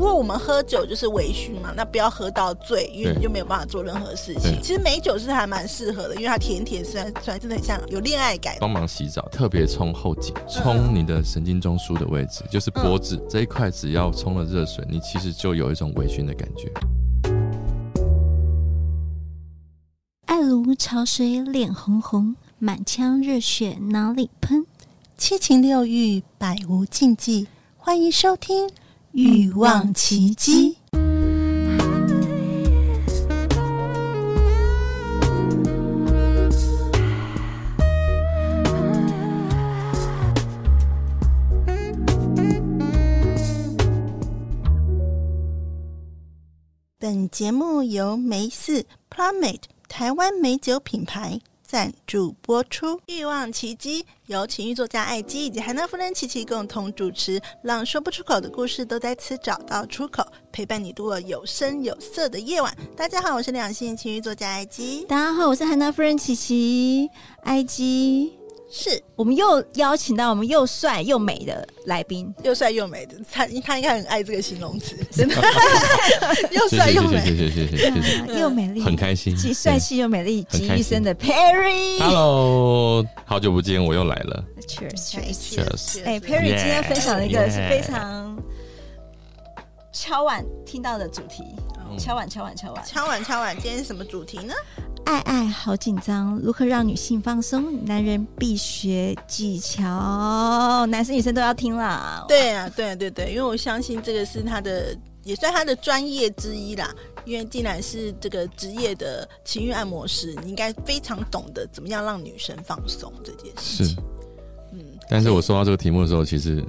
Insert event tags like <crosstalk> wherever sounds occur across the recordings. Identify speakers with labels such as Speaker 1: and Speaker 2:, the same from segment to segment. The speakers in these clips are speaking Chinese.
Speaker 1: 我们喝酒就是微醺嘛，那不要喝到醉，因为你就没有办法做任何事情
Speaker 2: 对。
Speaker 1: 其实美酒是还蛮适合的，因为它甜甜，虽然虽然真的很像有恋爱感。
Speaker 2: 帮忙洗澡，特别冲后颈，
Speaker 3: 嗯
Speaker 2: 冲你的神经中枢的位置，就是脖子、这一块，只要冲了热水，你其实就有一种微醺的感觉。
Speaker 4: 爱如潮水，脸红红，满腔热血哪里喷？
Speaker 1: <laughs> 七情六欲，百无禁忌。欢迎收听《
Speaker 4: 欲望奇迹》。
Speaker 1: 本节目由梅四 Plumate 台湾美酒品牌赞助播出，《欲望奇迹》由情欲作家艾姬以及韩娜夫人琪琪共同主持，让说不出口的故事都在此找到出口，陪伴你度过有声有色的夜晚。大家好，我是两性情欲作家艾姬，
Speaker 4: 大家好，我是韩娜夫人琪琪，IG。
Speaker 1: 是
Speaker 3: 我们又邀请到我们又帅又美的来宾，
Speaker 1: 又帅又美的，他他应该很爱这个形容词， <laughs> 真的又
Speaker 2: 谢
Speaker 3: 啊
Speaker 1: 帅
Speaker 2: 谢
Speaker 1: 又
Speaker 2: 谢
Speaker 1: 美。
Speaker 2: 谢谢谢谢谢谢，
Speaker 3: 又美丽，
Speaker 2: 很开心，
Speaker 3: 既帅气又美丽，
Speaker 2: 很
Speaker 3: 集
Speaker 2: 开
Speaker 3: 一
Speaker 2: 心
Speaker 3: 身的
Speaker 2: 对
Speaker 3: Perry。
Speaker 2: Hello，好久不见，我又来了。
Speaker 3: Cheers，Cheers。
Speaker 2: Cheers
Speaker 3: 哎，Perry 今天
Speaker 2: Yeah
Speaker 3: 分享了一个是
Speaker 2: Yeah
Speaker 3: 非常敲碗听到的主题，
Speaker 2: 嗯
Speaker 3: 敲碗敲碗敲碗。
Speaker 1: 敲碗敲碗，今天是什么主题呢？
Speaker 4: 爱爱好紧张，如何让女性放松？男人必学技巧。
Speaker 3: 哦，男生女生都要听啦。，
Speaker 1: 对啊，对啊，对对，因为我相信这个是他的，也算他的专业之一啦。因为既然是这个职业的情欲按摩师，你应该非常懂得怎么样让女生放松这件事
Speaker 2: 是
Speaker 1: 情。，嗯，
Speaker 2: 但是我收到这个题目的时候，其实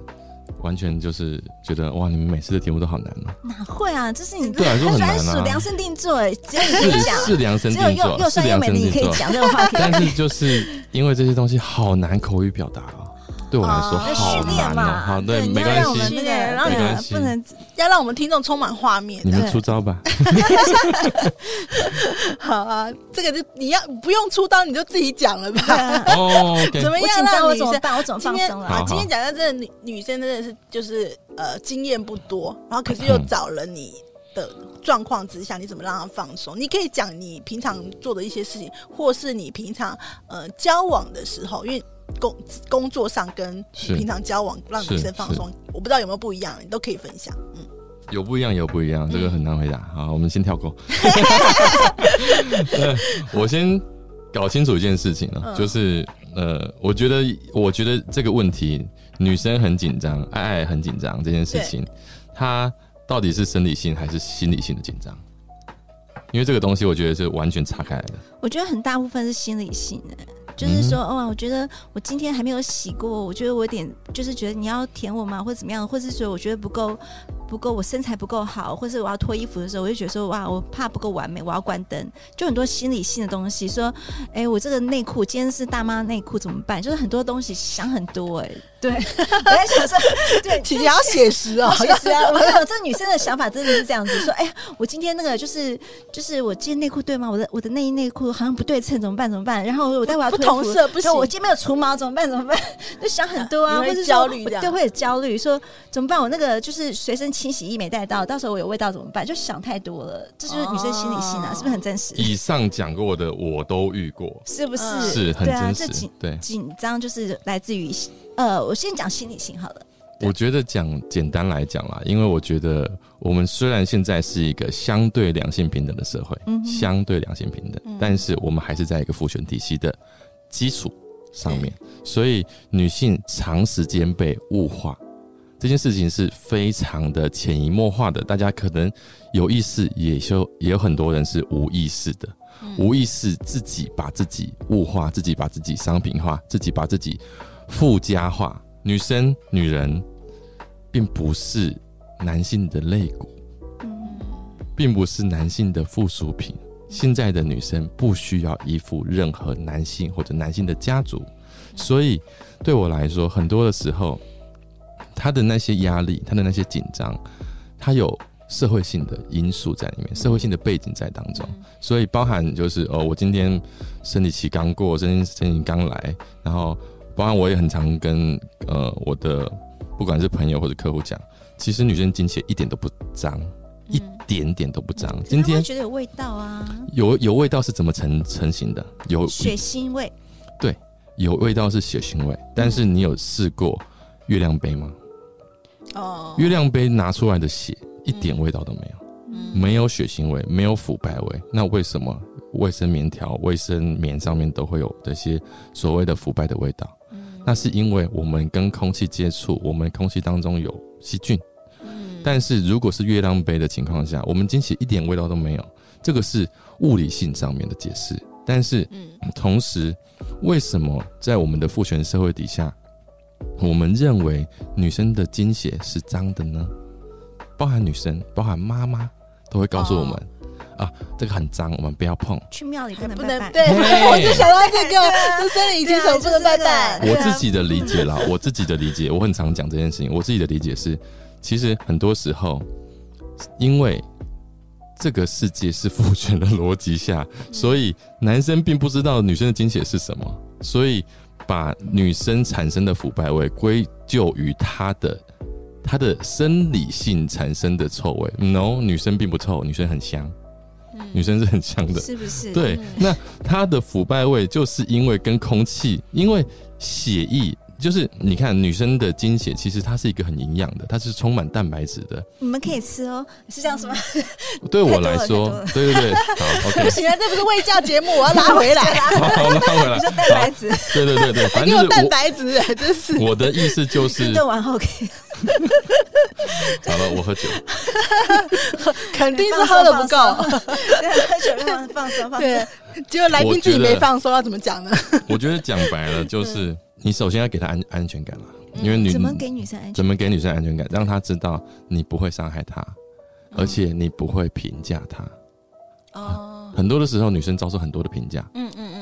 Speaker 2: 完全就是觉得哇，你们每次的题目都好难哦、
Speaker 3: 哪会啊？这是你
Speaker 2: 对啊就很难啊
Speaker 3: 专属量身定做，哎只有你可以
Speaker 2: 是
Speaker 3: 讲，
Speaker 2: <laughs> 是量身
Speaker 3: 只有
Speaker 2: 定
Speaker 3: 又
Speaker 2: 做，啊
Speaker 3: 又
Speaker 2: 是
Speaker 3: 帅又
Speaker 2: 量
Speaker 3: 美
Speaker 2: 身
Speaker 3: 的你
Speaker 2: 定
Speaker 3: 可以
Speaker 2: 做。
Speaker 3: 讲这种话题。
Speaker 2: 但是就是因为这些东西好难口语表达哦，对我来说
Speaker 1: 哦
Speaker 2: 好
Speaker 3: 啊训
Speaker 2: 难
Speaker 3: 练
Speaker 2: 哦。
Speaker 3: 嘛，
Speaker 2: 好，对，
Speaker 3: 你
Speaker 2: 没
Speaker 3: 要
Speaker 2: 关
Speaker 3: 让我们
Speaker 2: 系，
Speaker 3: 那个
Speaker 1: 没
Speaker 3: 让我
Speaker 2: 关
Speaker 3: 们
Speaker 2: 系
Speaker 3: 不能
Speaker 1: 要让我们听众充满画面
Speaker 2: 你
Speaker 1: 的。
Speaker 2: 们出招吧。
Speaker 1: <laughs> 好啊，这个就你要不用出刀，你就自己讲了吧。
Speaker 2: <laughs> 哦
Speaker 1: <laughs>
Speaker 2: ，OK，
Speaker 1: 怎么
Speaker 3: 我
Speaker 1: 样
Speaker 3: 紧张，
Speaker 1: 让
Speaker 3: 我
Speaker 1: 女
Speaker 3: 怎么
Speaker 1: 生？
Speaker 3: 办？我怎么
Speaker 1: 今
Speaker 3: 放
Speaker 1: 天
Speaker 3: 松
Speaker 2: 好
Speaker 3: 了？
Speaker 1: 啊，今天讲到这女女生真的是就是呃经验不多，然后可是又找了你的状况之下，你怎么让她放松？你可以讲你平常做的一些事情，或是你平常呃交往的时候，因为。工工作上跟
Speaker 2: 是
Speaker 1: 平常交往让女
Speaker 2: 是
Speaker 1: 生放松，我不知道有没有不一样，你都可以分享。嗯，
Speaker 2: 有不一样，有不一样，这个很难回答。好，我们先跳过。呃我先搞清楚一件事情啊，
Speaker 1: 嗯
Speaker 2: 就是呃，我觉得，我觉得这个问题，女生很紧张，爱爱也很紧张这件事情，它到底是生理性还是心理性的紧张？因为这个东西，我觉得是完全岔开来的。
Speaker 3: 我觉得很大部分是心理性的，就是说，哦，我觉得我今天还没有洗过，我觉得我有点就是觉得你要舔我嘛，或者怎么样，或是觉得我觉得不够不够，我身材不够好，或是我要脱衣服的时候，我就觉得说，哇，我怕不够完美，我要关灯，就很多心理性的东西。说，哎、我这个内裤今天是大妈内裤怎么办？就是很多东西想很多、哎，对，我在想说，对，
Speaker 1: 其实要写实哦，好
Speaker 3: 好
Speaker 1: 像
Speaker 3: 像是啊，我跟你讲，这女生的想法真的是这样子，说，哎呀，我今天那个就是就是我今天内裤对吗？我的我的内衣内裤好像不对称，怎么办？怎么办？然后我待会要
Speaker 1: 不
Speaker 3: 脱衣服
Speaker 1: 同色不行
Speaker 3: 然后我今天没有除毛，怎么办？怎么办？就想很多啊，
Speaker 1: 你
Speaker 3: 或
Speaker 1: 会
Speaker 3: 者
Speaker 1: 焦虑这样
Speaker 3: 对，会有焦虑，说怎么办？我那个就是随身清洗液没带到，到时候我有味道怎么办？就想太多了，这就是女生心理性啊，
Speaker 1: 哦
Speaker 3: 是不是很真实？
Speaker 2: 以上讲过的，我都遇过，
Speaker 3: 是不是？
Speaker 1: 嗯
Speaker 2: 是很
Speaker 3: 对啊，
Speaker 2: 真
Speaker 3: 这
Speaker 2: 实
Speaker 3: 紧。
Speaker 2: 对，
Speaker 3: 紧张就是来自于呃，我先讲心理性好了。
Speaker 2: 我觉得讲简单来讲啦，因为我觉得我们虽然现在是一个相对两性平等的社会，
Speaker 3: 嗯哼嗯
Speaker 2: 相对两性平等，但是我们还是在一个父权体系的基础上面，所以女性长时间被物化。这件事情是非常的潜移默化的，大家可能有意识，也就也有很多人是无意识的，
Speaker 3: 嗯
Speaker 2: 无意识自己把自己物化，自己把自己商品化，自己把自己附加化。女生、女人，并不是男性的肋骨，并不是男性的附属品。现在的女生不需要依附任何男性或者男性的家族，所以对我来说，很多的时候，她的那些压力，她的那些紧张，她有社会性的因素在里面，社会性的背景在当中，所以包含就是哦，我今天生理期刚过，生理生理刚来，然后包含我也很常跟呃我的不管是朋友或者客户讲，其实女生经期一点都不脏，一点点都不脏。今
Speaker 3: 可是会
Speaker 2: 天
Speaker 3: 觉得有味道啊，
Speaker 2: 有有味道是怎么成成型的？有
Speaker 3: 血腥味，
Speaker 2: 有味道是血腥味，但是你有试过月亮杯吗？
Speaker 1: 哦，
Speaker 2: 月亮杯拿出来的血一点味道都没有，
Speaker 1: 嗯
Speaker 2: 没有血腥味，没有腐败味。那为什么卫生棉条、卫生棉上面都会有这些所谓的腐败的味道？那是因为我们跟空气接触，我们空气当中有细菌。但是如果是月亮杯的情况下，我们惊喜一点味道都没有，这个是物理性上面的解释。但是
Speaker 1: 嗯
Speaker 2: 同时，为什么在我们的父权社会底下，我们认为女生的经血是脏的呢？包含女生，包含妈妈，都会告诉我们、啊，这个很脏，我们不要碰。
Speaker 3: 去庙里不
Speaker 1: 还
Speaker 3: 能
Speaker 1: 不
Speaker 3: 拜
Speaker 1: 能 <laughs>
Speaker 3: 拜，
Speaker 1: 对，
Speaker 2: 嘿
Speaker 1: 我就想到这个，这生理已经什么不能拜拜？
Speaker 2: 我自己的理解啦，我自己的理解，我很常讲这件事情。我自己的理解是，其实很多时候，因为这个世界是父权的逻辑下，所以男生并不知道女生的经血是什么，所以把女生产生的腐败味归咎于她的。她的生理性产生的臭味，no，女生并不臭，女生很香，女生是很香的，
Speaker 3: 是不是？
Speaker 2: 对，那它的腐败味就是因为跟空气，因为血液。就是你看女生的经血，其实它是一个很营养的，它是充满蛋白质的。
Speaker 3: 你们可以吃哦，是这样子吗？
Speaker 2: 对我来说
Speaker 3: 太多了，
Speaker 2: 对对对，好
Speaker 1: 不
Speaker 3: <laughs>
Speaker 2: ，OK，
Speaker 1: 行啊，这不是卫教节目，我要拉回来，
Speaker 2: 好，好拉回来，蛋白质，对对
Speaker 3: <laughs>
Speaker 2: 对对，反
Speaker 1: 给
Speaker 2: 正
Speaker 1: 我蛋
Speaker 2: 就
Speaker 1: 白质，啊真是
Speaker 2: 是我我的意思就是
Speaker 3: 运，动完后可以，
Speaker 2: 好了，我喝酒，
Speaker 1: 肯定是喝的不够。
Speaker 3: 对，喝酒让放
Speaker 2: <laughs>
Speaker 3: 松放松。
Speaker 1: 对，结果来宾自己没放松，要怎么讲呢？
Speaker 2: 我觉得讲白了就是，你首先要给她安安全感了，因为女
Speaker 3: 嗯怎么给女生安全？
Speaker 2: 怎么给女生安全感，让她知道你不会伤害她，
Speaker 3: 嗯
Speaker 2: 而且你不会评价她。
Speaker 1: 哦，
Speaker 2: 很多的时候，女生遭受很多的评价，
Speaker 1: 嗯嗯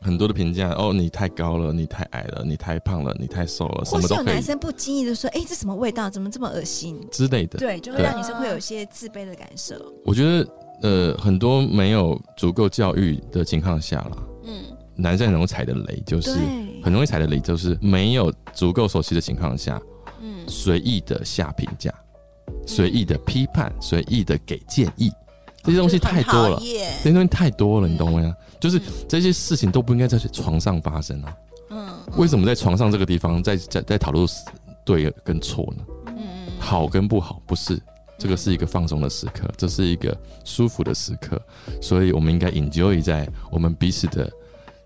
Speaker 2: 很多的评价哦，你太高了，你太矮了，你太胖了，你太瘦了，什
Speaker 3: 或
Speaker 2: 么
Speaker 3: 是
Speaker 2: 都
Speaker 3: 有
Speaker 2: 可以
Speaker 3: 男生不经意的说：“哎，这什么味道？怎么这么恶心
Speaker 2: 之类？”的。
Speaker 3: 对，就会
Speaker 2: 对
Speaker 3: 让女生会有一些自卑的感受。
Speaker 2: 我觉得呃，很多没有足够教育的情况下啦，
Speaker 1: 嗯嗯，
Speaker 2: 男生很容易踩的雷就是
Speaker 3: 对，
Speaker 2: 很容易踩的雷就是没有足够熟悉的情况下，嗯，随意的下评价，随意的批判，随意的给建议，这些东西太多了。这些东西太多了，你懂吗？就是这些事情都不应该在床上发生啊！
Speaker 1: 嗯
Speaker 2: 为什么在床上这个地方在在在讨论对跟错呢？
Speaker 1: 嗯
Speaker 2: 好跟不好不是，这个是一个放松的时刻，这是一个舒服的时刻，所以我们应该 enjoy 在我们彼此的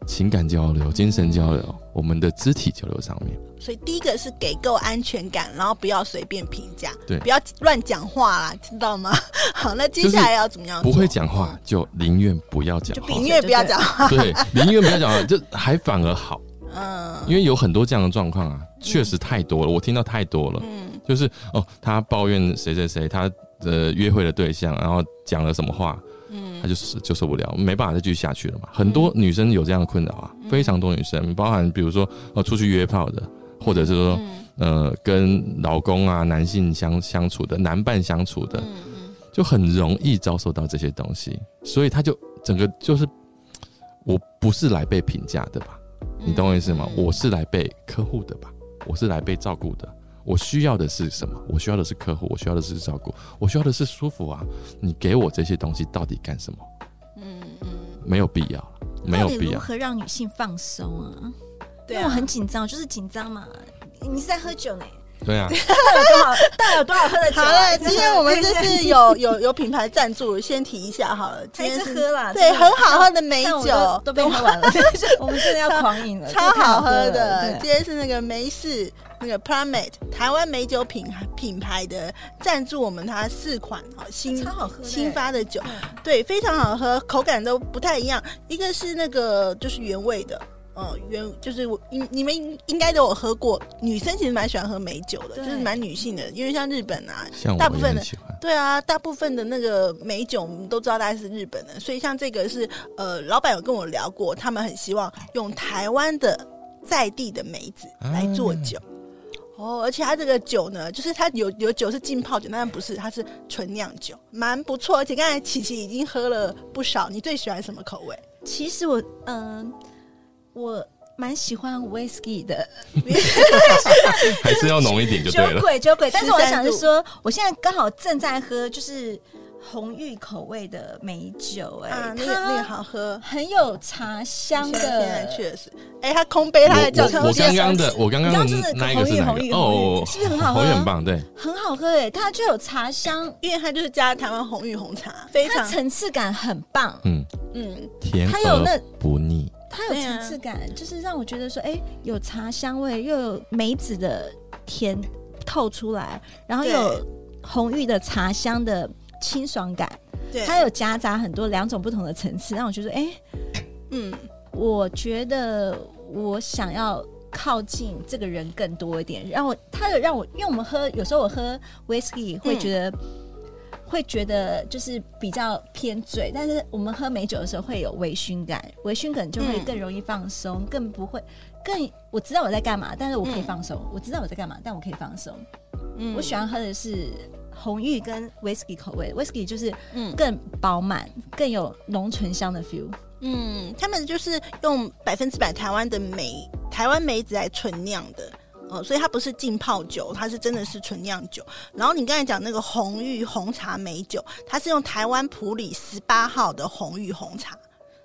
Speaker 2: 情感交流、精神交流、我们的肢体交流上面。
Speaker 1: 嗯，所以第一个是给够安全感，然后不要随便评价，
Speaker 2: 对
Speaker 1: 不要乱讲话啦，知道吗？ <laughs> 好，那接下来要怎么样做？
Speaker 2: 不会讲话就宁愿不要讲话
Speaker 1: 宁，愿不要讲话，
Speaker 2: 对，宁愿不要讲话，就还反而好，
Speaker 1: 嗯
Speaker 2: 因为有很多这样的状况啊，确实太多了，我听到太多了。
Speaker 1: 嗯
Speaker 2: 就是哦，他抱怨谁谁谁，他呃约会的对象，然后讲了什么话，
Speaker 1: 嗯
Speaker 2: 他就是就受不了，没办法再继续下去了嘛。很多女生有这样的困扰啊，非常多女生，包含比如说呃出去约炮的，或者是说
Speaker 1: 嗯
Speaker 2: 呃跟老公啊男性相相处的男伴相处的，
Speaker 1: 嗯
Speaker 2: 就很容易遭受到这些东西，所以他就整个就是我不是来被评价的吧？
Speaker 3: 嗯
Speaker 2: 你懂我意思吗？我是来被客户的吧？我是来被照顾的。我需要的是什么？我需要的是客户，我需要的是照顾，我需要的是舒服啊！你给我这些东西到底干什么？
Speaker 1: 嗯嗯，
Speaker 2: 没有必要，没
Speaker 3: 到
Speaker 2: 有
Speaker 3: 底
Speaker 2: 必
Speaker 3: 如
Speaker 2: 要。
Speaker 3: 何让女性放松啊？
Speaker 1: 对
Speaker 3: 因
Speaker 1: 啊，
Speaker 3: 为我很紧张，就是紧张嘛。你是在喝酒呢？
Speaker 2: 对啊，
Speaker 3: 到底有多少喝的酒
Speaker 1: 好
Speaker 3: 啊？
Speaker 1: 了，今天
Speaker 3: <laughs>
Speaker 1: 我们就是有有有品牌赞助，先提一下好了。今
Speaker 3: 他一
Speaker 1: 天
Speaker 3: 直
Speaker 1: 是
Speaker 3: 喝啦，
Speaker 1: 对
Speaker 3: 真的
Speaker 1: 很好喝的美
Speaker 3: 但我
Speaker 1: 酒，
Speaker 3: 都都被喝完 <laughs> 了，我们真的要狂饮了， <laughs>
Speaker 1: 超好喝
Speaker 3: 真呃太好喝
Speaker 1: 的
Speaker 3: 了。
Speaker 1: 今天是那个梅氏那个 Planet 台湾美酒品品牌的赞助我们它四款哦
Speaker 3: 对
Speaker 1: 新
Speaker 3: 超好喝的，欸
Speaker 1: 新发的酒，对，非常好喝，口感都不太一样。一个是那个就是原味的。嗯，原就是我你你们应该都有喝过，女生其实蛮喜欢喝美酒的，
Speaker 3: 对
Speaker 1: 就是蛮女性的，因为像日本啊，
Speaker 3: <laughs>
Speaker 2: 像
Speaker 1: 大
Speaker 2: 我
Speaker 1: 部
Speaker 2: 也
Speaker 1: 分的
Speaker 2: 很喜欢。
Speaker 1: 对啊，大部分的那个美酒我们都知道大概是日本的，所以像这个是呃，老板有跟我聊过，他们很希望用台湾的在地的梅子
Speaker 2: 啊
Speaker 1: 来做酒。哦，而且它这个酒呢，就是它有有酒是浸泡酒，但不是，它是纯酿酒，蛮不错。而且刚才琪琪已经喝了不少，你最喜欢什么口味？
Speaker 3: 其实我嗯、我蛮喜欢 whisky <laughs> 的，
Speaker 2: 还是要浓一点就
Speaker 3: 酒
Speaker 2: 对
Speaker 3: <laughs>
Speaker 2: 了。
Speaker 3: 鬼酒鬼。但是我
Speaker 1: 13
Speaker 3: 想是
Speaker 1: 度
Speaker 3: 说，我现在刚好正在喝就是红玉口味的美酒、哎、
Speaker 1: 啊，那个那个
Speaker 3: 它
Speaker 1: 好喝。
Speaker 3: 很有茶香
Speaker 1: 现在现在
Speaker 3: 的。
Speaker 1: 确实，哎，他空杯，他还叫
Speaker 2: 我我我刚刚的，我刚
Speaker 3: 你
Speaker 2: 刚
Speaker 3: 刚刚
Speaker 2: 的
Speaker 3: 是
Speaker 2: 那一个是哪
Speaker 3: 红
Speaker 2: 一
Speaker 3: 玉
Speaker 2: 个？
Speaker 3: 红玉
Speaker 2: 哦，
Speaker 3: 是不是很好喝
Speaker 2: 红玉很棒，对，
Speaker 3: 很好喝哎、它就有茶香，
Speaker 1: 因为它就是加台湾红玉红茶，非
Speaker 3: 它
Speaker 1: 常
Speaker 3: 层次感很棒，
Speaker 2: 嗯，
Speaker 1: 嗯，
Speaker 2: 甜
Speaker 3: 它有那
Speaker 2: 而不腻。
Speaker 3: 它有
Speaker 1: 对啊
Speaker 3: 层次感，就是让我觉得说，哎、有茶香味，又有梅子的甜透出来，然后又有红玉的茶香的清爽感，
Speaker 1: 对，
Speaker 3: 它有夹杂很多两种不同的层次，让我觉得，哎、
Speaker 1: 嗯，
Speaker 3: 我觉得我想要。靠近这个人更多一点，让我他有让我，因为我们喝有时候我喝 whisky 会觉得、
Speaker 1: 嗯
Speaker 3: 会觉得就是比较偏醉，但是我们喝美酒的时候会有微醺感，微醺感就会
Speaker 1: 嗯
Speaker 3: 更容易放松，更不会更我知道我在干嘛，但是我可以
Speaker 1: 嗯
Speaker 3: 放松，我知道我在干嘛，但我可以放松。
Speaker 1: 嗯
Speaker 3: 我喜欢喝的是红玉跟 whisky 口味，whisky 就是
Speaker 1: 嗯
Speaker 3: 更饱满，更有浓醇香的 feel。
Speaker 1: 嗯，他们就是用百分之百台湾的梅，台湾梅子来纯酿的。哦，所以它不是浸泡酒，它是真的是纯酿酒。然后你刚才讲那个红玉红茶美酒，它是用台湾普里十八号的红玉红茶，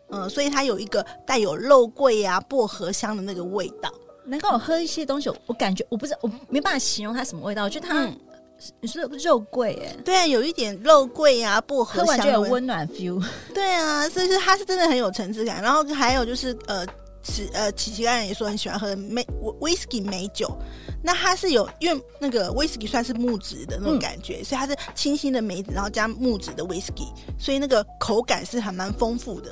Speaker 1: 嗯，所以它有一个带有肉桂啊、薄荷香的那个味道。
Speaker 3: 难怪我喝一些东西，我我感觉我不知道，我没办法形容它什么味道，我觉得它、
Speaker 1: 嗯
Speaker 3: 你说肉桂哎、
Speaker 1: 对啊，有一点肉桂啊、薄荷
Speaker 3: 喝
Speaker 1: 香
Speaker 3: 完就
Speaker 1: 的
Speaker 3: 有
Speaker 1: 味道
Speaker 3: 温暖 feel。
Speaker 1: 对啊，所以是它是真的很有层次感。然后还有就是呃，奇呃奇奇刚才也说很喜欢喝美威士忌美酒，那它是有因为那个威士忌算是木质的那种感觉，所以它是清新的梅子，然后加木质的威士忌，所以那个口感是还蛮丰富的。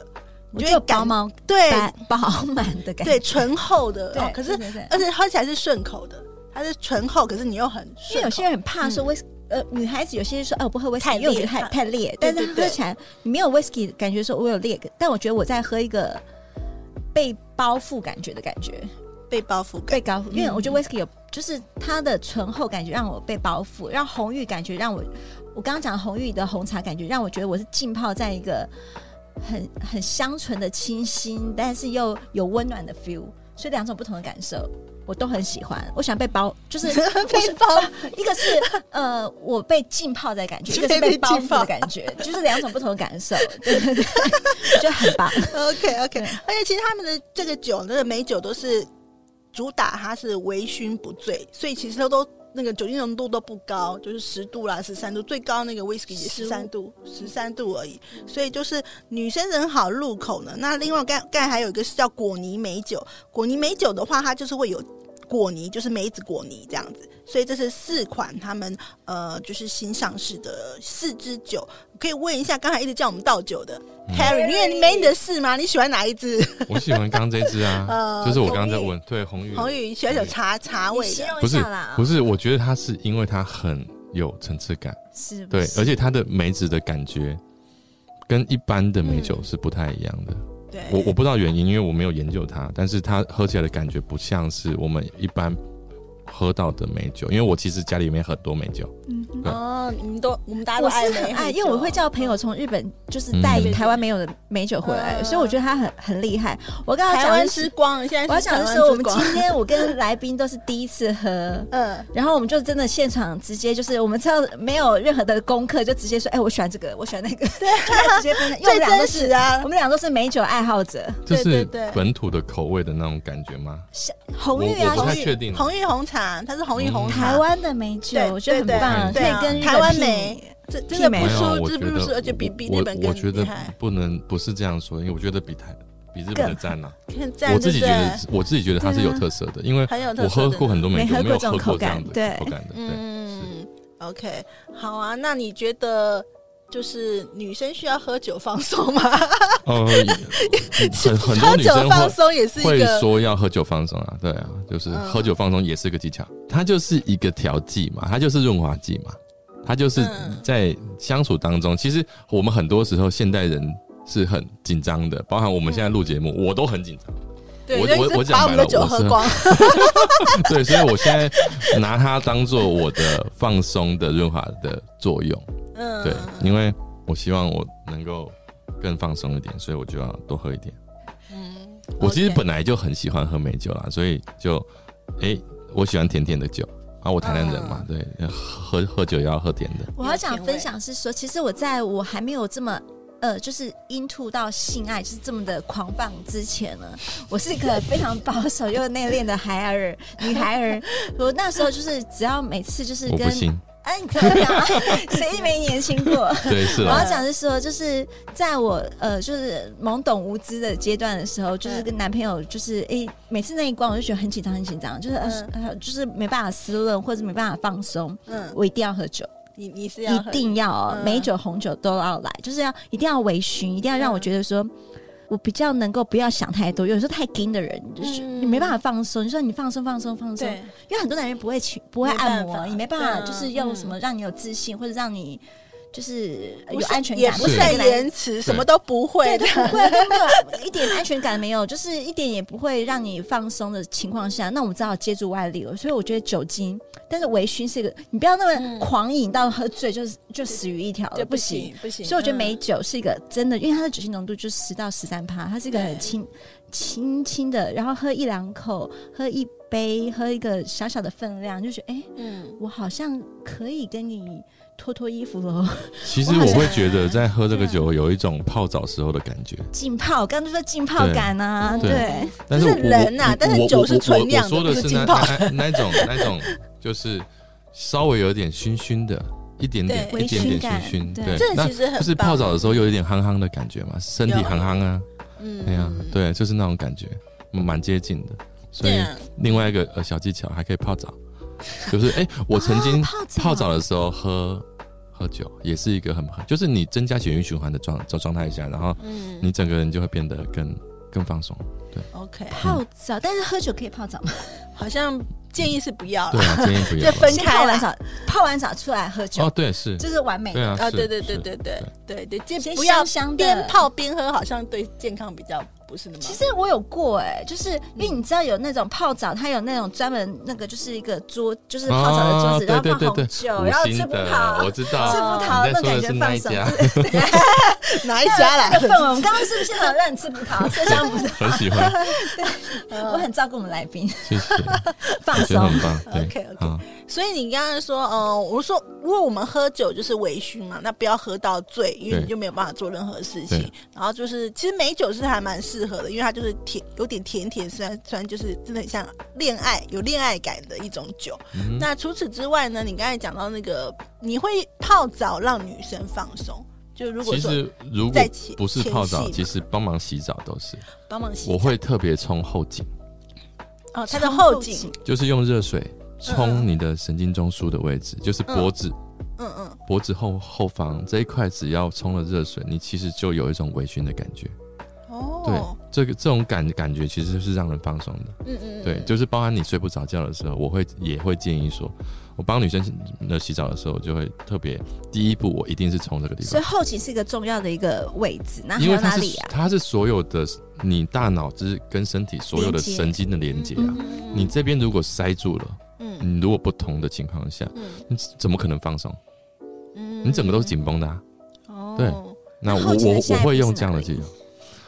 Speaker 3: 我
Speaker 1: 你
Speaker 3: 觉
Speaker 1: 就会
Speaker 3: 得
Speaker 1: 感
Speaker 3: 饱满
Speaker 1: 对
Speaker 3: 饱饱满的感觉。
Speaker 1: 对醇厚的，
Speaker 3: <laughs> 对
Speaker 1: 哦，可是
Speaker 3: 对对对
Speaker 1: 而且喝起来是顺口的，它是醇厚，可是你又很
Speaker 3: 因为
Speaker 1: 顺
Speaker 3: 有
Speaker 1: 口。
Speaker 3: 些人很怕说威士、呃，女孩子有些说，哎、我不喝威士
Speaker 1: 嗯太
Speaker 3: 忌，因为我觉
Speaker 1: 烈
Speaker 3: 得太
Speaker 1: 怕
Speaker 3: 太烈。
Speaker 1: 对
Speaker 3: 但是
Speaker 1: 对对
Speaker 3: 喝起来，你没有威士忌，感觉说我有烈，但我觉得我在喝一个被包覆感觉的感觉，
Speaker 1: 被包覆感，
Speaker 3: 被包覆。因为我觉得威士忌有，就是它的醇厚感觉让我被包覆，让红玉感觉让我，我刚刚讲红玉的红茶感觉让我觉得我是浸泡在一个很很香醇的清新，但是又有温暖的 feel，所以两种不同的感受。我都很喜欢，我想被包，就是
Speaker 1: <laughs> 被包
Speaker 3: 一个是呃，我被浸泡在感觉，一个
Speaker 1: 被
Speaker 3: 是
Speaker 1: 被
Speaker 3: 被包
Speaker 1: 浸
Speaker 3: 覆
Speaker 1: 泡
Speaker 3: 的感觉，就是两种不同的感受，对对对，
Speaker 1: <laughs>
Speaker 3: 我觉得很棒。
Speaker 1: OK OK，
Speaker 3: 对
Speaker 1: 而且其实他们的这个酒，那个美酒都是主打它是微醺不醉，所以其实它都那个酒精浓度都不高，就是十度啦、十三度，最高那个 whisky 也十
Speaker 3: 15
Speaker 1: 三度、十三度而已。所以就是女生人好入口呢。那另外刚刚才还有一个是叫果泥美酒，果泥美酒的话，它就是会有果泥，就是梅子果泥这样子。所以这是四款他们呃就是新上市的四支酒，可以问一下刚才一直叫我们倒酒的
Speaker 2: 嗯
Speaker 1: Harry，因为你没你的事吗？你喜欢哪一支？
Speaker 2: <laughs> 我喜欢刚刚这一支
Speaker 3: <laughs>
Speaker 2: 啊，
Speaker 1: 呃
Speaker 2: 就是我刚刚
Speaker 1: 红
Speaker 2: 在
Speaker 1: 玉
Speaker 2: 问，对红玉，
Speaker 1: 红宇喜欢有
Speaker 2: 嗯
Speaker 1: 茶茶味的，
Speaker 2: 不是不是，我觉得它是因为它很有层次感，
Speaker 3: 是不
Speaker 2: 对，
Speaker 3: 是
Speaker 2: 而且它的梅子的感觉跟一般的
Speaker 3: 嗯
Speaker 2: 美酒是不太一样的。
Speaker 1: 对，
Speaker 3: 哎
Speaker 2: 我我不知道原因，因为我没有研究它，但是它喝起来的感觉不像是我们一般喝到的美酒，因为我其实家里面很多美酒，
Speaker 4: 嗯哼，
Speaker 2: 对
Speaker 1: 哦，你们都我们大家都
Speaker 3: 我是
Speaker 1: 爱
Speaker 3: 很
Speaker 1: 美
Speaker 3: 爱，
Speaker 1: 黑酒
Speaker 3: 因为我会叫朋友从日本就是带
Speaker 2: 嗯
Speaker 3: 台湾没有的美酒回来，
Speaker 1: 嗯
Speaker 3: 所以我觉得他很很厉害。我刚刚
Speaker 1: 台
Speaker 3: 讲
Speaker 1: 湾
Speaker 3: 的
Speaker 1: 之
Speaker 3: 是，
Speaker 1: 光，现
Speaker 3: 我
Speaker 1: 在
Speaker 3: 要
Speaker 1: 是台
Speaker 3: 讲的
Speaker 1: 湾
Speaker 3: 是，我
Speaker 1: 之
Speaker 3: 们
Speaker 1: 光。
Speaker 3: 今，天我跟来宾都是第一次喝
Speaker 1: 嗯，
Speaker 3: 然后我们就真的现场直接就是我们知道没有任何的功课，就直接说，哎、我喜欢这个，我喜欢那个，对，直接分享。因为我
Speaker 1: 最
Speaker 3: 们俩
Speaker 1: 真
Speaker 3: 都是，
Speaker 1: 实啊
Speaker 3: 我，们俩都是美酒爱好者，
Speaker 2: 就
Speaker 1: 对对
Speaker 2: 是
Speaker 1: 对
Speaker 2: 本土的口味的那种感觉吗？
Speaker 3: 红玉
Speaker 2: 我
Speaker 3: 啊，
Speaker 2: 我不
Speaker 3: 红
Speaker 2: 太
Speaker 3: 玉
Speaker 2: 确定
Speaker 1: 红玉红茶，它是红
Speaker 2: 嗯
Speaker 1: 玉红茶，
Speaker 3: 台湾的美酒，
Speaker 1: 对
Speaker 3: 我觉得很
Speaker 1: 对对
Speaker 3: 棒，
Speaker 1: 对啊
Speaker 3: 可以跟日本
Speaker 1: 台湾
Speaker 3: 媲
Speaker 1: 美这真的
Speaker 3: 媲美
Speaker 1: 不
Speaker 2: 没有，啊
Speaker 1: 输，
Speaker 2: 我
Speaker 1: 这
Speaker 2: 觉
Speaker 1: 不输，
Speaker 2: 得
Speaker 1: 而且比比
Speaker 2: 我
Speaker 1: 日本
Speaker 2: 我
Speaker 1: 更
Speaker 2: 觉
Speaker 1: 厉
Speaker 2: 得
Speaker 1: 害，
Speaker 2: 不能不是这样说，因为我觉得比台比日本的赞啊，
Speaker 1: 看 <laughs> 赞
Speaker 2: 我自己觉
Speaker 1: 对不对啊
Speaker 2: 得我自己觉得它是有特色的，因为
Speaker 1: 很有特
Speaker 2: 我
Speaker 1: 色
Speaker 2: 喝
Speaker 1: 的
Speaker 2: 过很多美酒，
Speaker 3: 没喝过
Speaker 2: 没有
Speaker 3: 这
Speaker 2: 喝
Speaker 3: 种
Speaker 2: 过
Speaker 3: 口
Speaker 2: 这
Speaker 3: 感
Speaker 2: 样的
Speaker 3: 对
Speaker 2: 口感的，对，
Speaker 1: 嗯，OK，好啊，那你觉得？就是女生需要喝酒放松吗？ <laughs>
Speaker 2: 呃， <laughs> 很很多
Speaker 1: 喝
Speaker 2: 女
Speaker 1: 酒
Speaker 2: 生
Speaker 1: 放
Speaker 2: 会。
Speaker 1: 松也是一
Speaker 2: 会
Speaker 1: 个
Speaker 2: 说要喝酒放松啊，对啊，就是
Speaker 1: 嗯
Speaker 2: 喝酒放松也是个技巧，它就是一个调剂嘛，它就是润滑剂嘛，它就是
Speaker 1: 嗯
Speaker 2: 在相处当中，其实我们很多时候现代人是很紧张的，包含我们现在录节目，
Speaker 1: 嗯
Speaker 2: 我都很紧张，
Speaker 1: 对，
Speaker 2: 我
Speaker 1: 就是
Speaker 2: 我我讲
Speaker 1: 把我
Speaker 2: 白
Speaker 1: 们的
Speaker 2: 了
Speaker 1: 酒
Speaker 2: 我
Speaker 1: 喝
Speaker 2: 是
Speaker 1: 光，
Speaker 2: <laughs> 对，所以我现在拿它当做我的放松的润滑的作用，
Speaker 1: 嗯，
Speaker 2: 对，因为我希望我能够更放松一点，所以我就要多喝一点。
Speaker 1: 嗯，
Speaker 2: 我其实
Speaker 3: OK
Speaker 2: 本来就很喜欢喝美酒啦，所以就，哎、我喜欢甜甜的酒啊，我台南人嘛，
Speaker 3: 嗯
Speaker 2: 对，喝喝酒也要喝甜的。
Speaker 3: 我好想分享是说，其实我在我还没有这么。呃，就是 into 到性爱就是这么的狂放之前呢，我是一个非常保守又内敛的孩儿、女孩儿。我那时候就是只要每次就是
Speaker 2: 我
Speaker 3: 跟
Speaker 2: 不
Speaker 3: <laughs>
Speaker 2: 信，
Speaker 3: 哎，你看啊，谁没年轻过？
Speaker 2: 对， <laughs> 是啊
Speaker 3: 我要
Speaker 2: 啦，
Speaker 3: 讲是说，就是在我呃，就是懵懂无知的阶段的时候，就是跟男朋友，就是诶、每次那一关我就觉得很紧张，很紧张，就是、呃呃，就是没办法思论，或者没办法放松，
Speaker 1: 嗯，
Speaker 3: 我一定要喝酒，
Speaker 1: 你你是要
Speaker 3: 一
Speaker 1: 喝
Speaker 3: 定要哦、
Speaker 1: 嗯
Speaker 3: 美酒红酒都要来，就是要一定要微醺，一定要让我觉得
Speaker 1: 嗯
Speaker 3: 说。我比较能够不要想太多，有时候太盯的人，就是
Speaker 1: 嗯
Speaker 3: 你没办法放松。你说你放松放松放松，
Speaker 1: 对，
Speaker 3: 因为很多男人不会去，不会
Speaker 1: 没办
Speaker 3: 按摩，
Speaker 1: 法
Speaker 3: 也没办法，
Speaker 1: 对啊
Speaker 3: 就是用什么让你有自信，或者让你就是
Speaker 1: 不
Speaker 3: 有
Speaker 1: 是
Speaker 3: 安全
Speaker 1: 也
Speaker 3: 感，
Speaker 1: 不
Speaker 2: 是
Speaker 1: 善
Speaker 3: 跟男人
Speaker 1: 言辞，什么都不会的
Speaker 3: 对，都。不会，都没有一点安全感没有，就是一点也不会让你放松的情况下，那我们只好借助外力了。所以我觉得酒精，但是微醺是一个，你不要那么狂饮到喝醉就是就死于一条了，
Speaker 1: 就
Speaker 3: 不
Speaker 1: 不
Speaker 3: 行。
Speaker 1: 行不行，
Speaker 3: 所以我觉得
Speaker 1: 嗯
Speaker 3: 美酒是一个真的，因为它的酒精浓度就十到十三趴，它是一个很轻轻轻的，然后喝一两口，喝一杯，喝一个小小的分量，就觉得哎、诶
Speaker 1: 嗯，
Speaker 3: 我好像可以跟你脱脱衣服喽，
Speaker 2: 其实我会觉得在喝这
Speaker 3: 嗯
Speaker 2: 个酒有一种泡澡时候的感觉，
Speaker 3: 浸泡，我刚刚就说浸泡感啊，
Speaker 2: 对
Speaker 3: 对，
Speaker 2: 但是
Speaker 1: 就
Speaker 2: 我
Speaker 1: 是人啊
Speaker 2: 我
Speaker 1: 但是
Speaker 2: 我
Speaker 1: 酒
Speaker 2: 我
Speaker 1: 是
Speaker 2: 我
Speaker 1: 纯
Speaker 2: 我
Speaker 1: 酿的
Speaker 2: 我
Speaker 1: 不
Speaker 2: 说
Speaker 1: 是
Speaker 2: 是那
Speaker 1: 浸泡 <laughs>
Speaker 2: 那那那种那种就是稍微有点醺醺的，一点点
Speaker 1: 对
Speaker 2: 一点点
Speaker 3: 微醺感
Speaker 2: 醺醺，
Speaker 3: 对
Speaker 2: 对，
Speaker 1: 这
Speaker 2: 那
Speaker 1: 其实很
Speaker 2: 就是
Speaker 1: 棒啊
Speaker 2: 泡澡的时候有一点憨憨的感觉嘛，身体
Speaker 1: 有
Speaker 2: 憨憨啊，
Speaker 1: 嗯
Speaker 2: 对呀、对，就是那种感觉，蛮接近的。所
Speaker 1: 对
Speaker 2: 以
Speaker 1: 啊，
Speaker 2: 另外一个呃小技巧还可以泡澡，就是哎、我曾经
Speaker 1: 啊
Speaker 3: 啊泡澡
Speaker 2: 泡澡的时候喝喝酒，也是一个很就是你增加血液循环的状状态下，然后
Speaker 1: 嗯哦
Speaker 2: 你整个人就会变得更更放松。
Speaker 1: ，OK，
Speaker 3: 泡澡，但是喝酒可以泡澡 <laughs> 吗？
Speaker 1: 好像建议是不要
Speaker 2: 对
Speaker 1: 了，
Speaker 2: 啊，建议
Speaker 1: <laughs>
Speaker 2: 不要
Speaker 1: 就
Speaker 2: 吧
Speaker 1: 分
Speaker 3: 先
Speaker 1: 开
Speaker 3: 泡完
Speaker 1: 来。
Speaker 3: 澡，泡完澡出来喝酒
Speaker 2: 哦，，对是，
Speaker 3: 这是完美
Speaker 2: 对
Speaker 3: 的，
Speaker 2: 啊，
Speaker 1: 啊，
Speaker 2: 是
Speaker 1: 对对对
Speaker 2: 是
Speaker 1: 对对对对，
Speaker 2: 啊
Speaker 3: 先
Speaker 1: 就不要
Speaker 3: 香香的
Speaker 1: 边泡边喝，好像对健康比较不是那么。
Speaker 3: 其实我有过哎、就是因为你知道有那种泡澡，它有那种专门那个就是一个桌，就是泡澡的桌子，
Speaker 2: 啊对
Speaker 3: 然
Speaker 2: 对
Speaker 3: 后
Speaker 2: 对
Speaker 3: 放
Speaker 2: 对
Speaker 3: 红，酒，然后
Speaker 2: 五
Speaker 3: 吃
Speaker 2: 星
Speaker 3: 葡
Speaker 2: 的
Speaker 3: 萄
Speaker 2: 我。知道，
Speaker 3: 吃葡萄
Speaker 2: 你在
Speaker 3: 那感
Speaker 2: 说的
Speaker 3: 觉
Speaker 2: 是
Speaker 3: 放
Speaker 2: 那一
Speaker 3: 松
Speaker 2: 家，
Speaker 3: <laughs>
Speaker 1: 哪一家来
Speaker 3: 那个氛围，我们刚刚是不是现场让你吃葡萄？所以像葡
Speaker 2: <laughs>
Speaker 3: 萄，
Speaker 2: 很喜欢，
Speaker 3: 我很照顾我们来宾，
Speaker 2: 谢
Speaker 3: <laughs>
Speaker 2: 谢，
Speaker 3: 放
Speaker 2: 我觉得
Speaker 3: 松。
Speaker 2: 很棒，对，
Speaker 1: OK，OK
Speaker 2: 好，
Speaker 1: 所以你刚才说，嗯，我说如果我们喝酒就是微醺嘛，那不要喝到醉，因为
Speaker 2: 对
Speaker 1: 你就没有办法做任何事情
Speaker 2: 对。
Speaker 1: 然后就是，其实美酒是还蛮适合的，因为它就是甜，有点甜甜酸酸，就是真的很像恋爱，有恋爱感的一种酒。
Speaker 2: 嗯
Speaker 1: 那除此之外呢，你刚才讲到那个，你会泡澡让女生放松，就如果
Speaker 2: 其
Speaker 1: 说
Speaker 2: 实如果
Speaker 1: 在前
Speaker 2: 不是泡
Speaker 1: 前
Speaker 2: 澡，
Speaker 1: 戏
Speaker 2: 其实帮忙洗澡都是，
Speaker 1: 帮忙洗
Speaker 2: 我
Speaker 1: 澡，
Speaker 2: 会特别冲后颈，
Speaker 1: 哦，它的后颈，，
Speaker 2: 就是用热水
Speaker 3: 嗯
Speaker 2: 冲你的神经中枢的位置，就是脖子。
Speaker 1: 嗯嗯，
Speaker 2: 脖子后后方这一块，只要冲了热水，你其实就有一种微醺的感觉。对
Speaker 1: 哦，，
Speaker 2: 这个这种感感觉其实是让人放松的。
Speaker 1: 嗯嗯，嗯
Speaker 2: 对，，就是包含你睡不着觉的时候，我会也会建议说，我帮女生呃洗澡的时候，我就会特别第一步，我一定是冲这个地
Speaker 3: 所
Speaker 2: 方
Speaker 3: 以，后颈是一个重要的一个位置。那还
Speaker 2: 因为
Speaker 3: 有
Speaker 2: 它
Speaker 3: 哪
Speaker 2: 是、
Speaker 3: 里啊？
Speaker 2: 它是所有的你大脑之跟身体所有的
Speaker 3: 连接
Speaker 2: 神经的连接啊。
Speaker 1: 嗯
Speaker 2: 你这边如果塞住了，
Speaker 1: 嗯
Speaker 2: 你如果不同的情况下，
Speaker 1: 嗯
Speaker 2: 你怎么可能放松？
Speaker 1: 嗯
Speaker 2: 你整个都是紧绷的、啊。
Speaker 1: 哦
Speaker 2: 对那
Speaker 3: 嗯那
Speaker 2: 我
Speaker 3: 后颈的
Speaker 2: 我
Speaker 3: 下
Speaker 2: 我
Speaker 3: 一步
Speaker 2: 会
Speaker 3: 是
Speaker 2: 用
Speaker 3: 哪
Speaker 2: 这样的
Speaker 3: 里
Speaker 2: 技巧。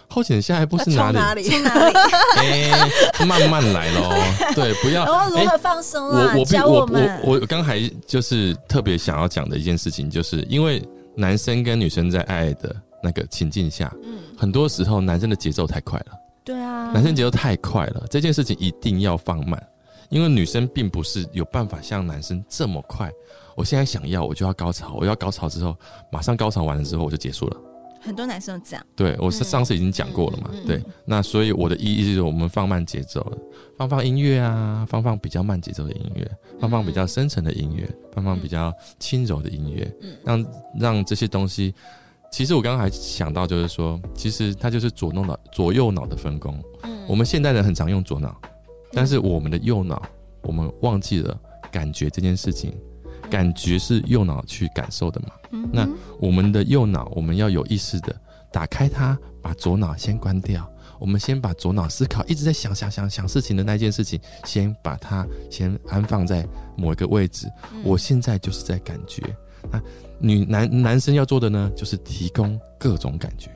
Speaker 2: 后颈的下一步
Speaker 1: 那
Speaker 2: 是
Speaker 1: 冲
Speaker 2: 哪里？
Speaker 1: 哪里？ <laughs>
Speaker 2: 哎，慢慢来喽。对，不要。
Speaker 3: 然后
Speaker 2: 哎
Speaker 3: 如何放松啊？
Speaker 2: 我我必
Speaker 3: 教
Speaker 2: 我
Speaker 3: 们。
Speaker 2: 我我刚才就是特别想要讲的一件事情，就是因为男生跟女生在爱的那个情境下，
Speaker 1: 嗯
Speaker 2: 很多时候男生的节奏太快了，
Speaker 3: 对啊，
Speaker 2: 男生节奏太快了，这件事情一定要放慢，因为女生并不是有办法像男生这么快。我现在想要，我就要高潮，我要高潮之后，马上高潮完了之后我就结束了。
Speaker 3: 很多男生都这样，
Speaker 2: 对，我是
Speaker 1: 嗯
Speaker 2: 上次已经讲过了嘛，
Speaker 1: 嗯嗯嗯
Speaker 2: 对，那所以我的意义就是我们放慢节奏了，放放音乐啊，放放比较慢节奏的音乐，
Speaker 1: 嗯
Speaker 2: 放放比较深沉的音乐，放放比较轻柔的音乐，
Speaker 1: 嗯
Speaker 2: 让让这些东西。其实我刚刚还想到，就是说，其实它就是左弄脑、左右脑的分工。
Speaker 1: 嗯
Speaker 2: 我们现代人很常用左脑，但是我们的右脑，我们忘记了感觉这件事情。感觉是右脑去感受的嘛？
Speaker 3: 嗯哼
Speaker 2: 那我们的右脑，我们要有意识的打开它，把左脑先关掉。我们先把左脑思考一直在想想想想事情的那件事情，先把它先安放在某一个位置。
Speaker 3: 嗯
Speaker 2: 我现在就是在感觉。那女男男生要做的呢，就是提供各种感觉。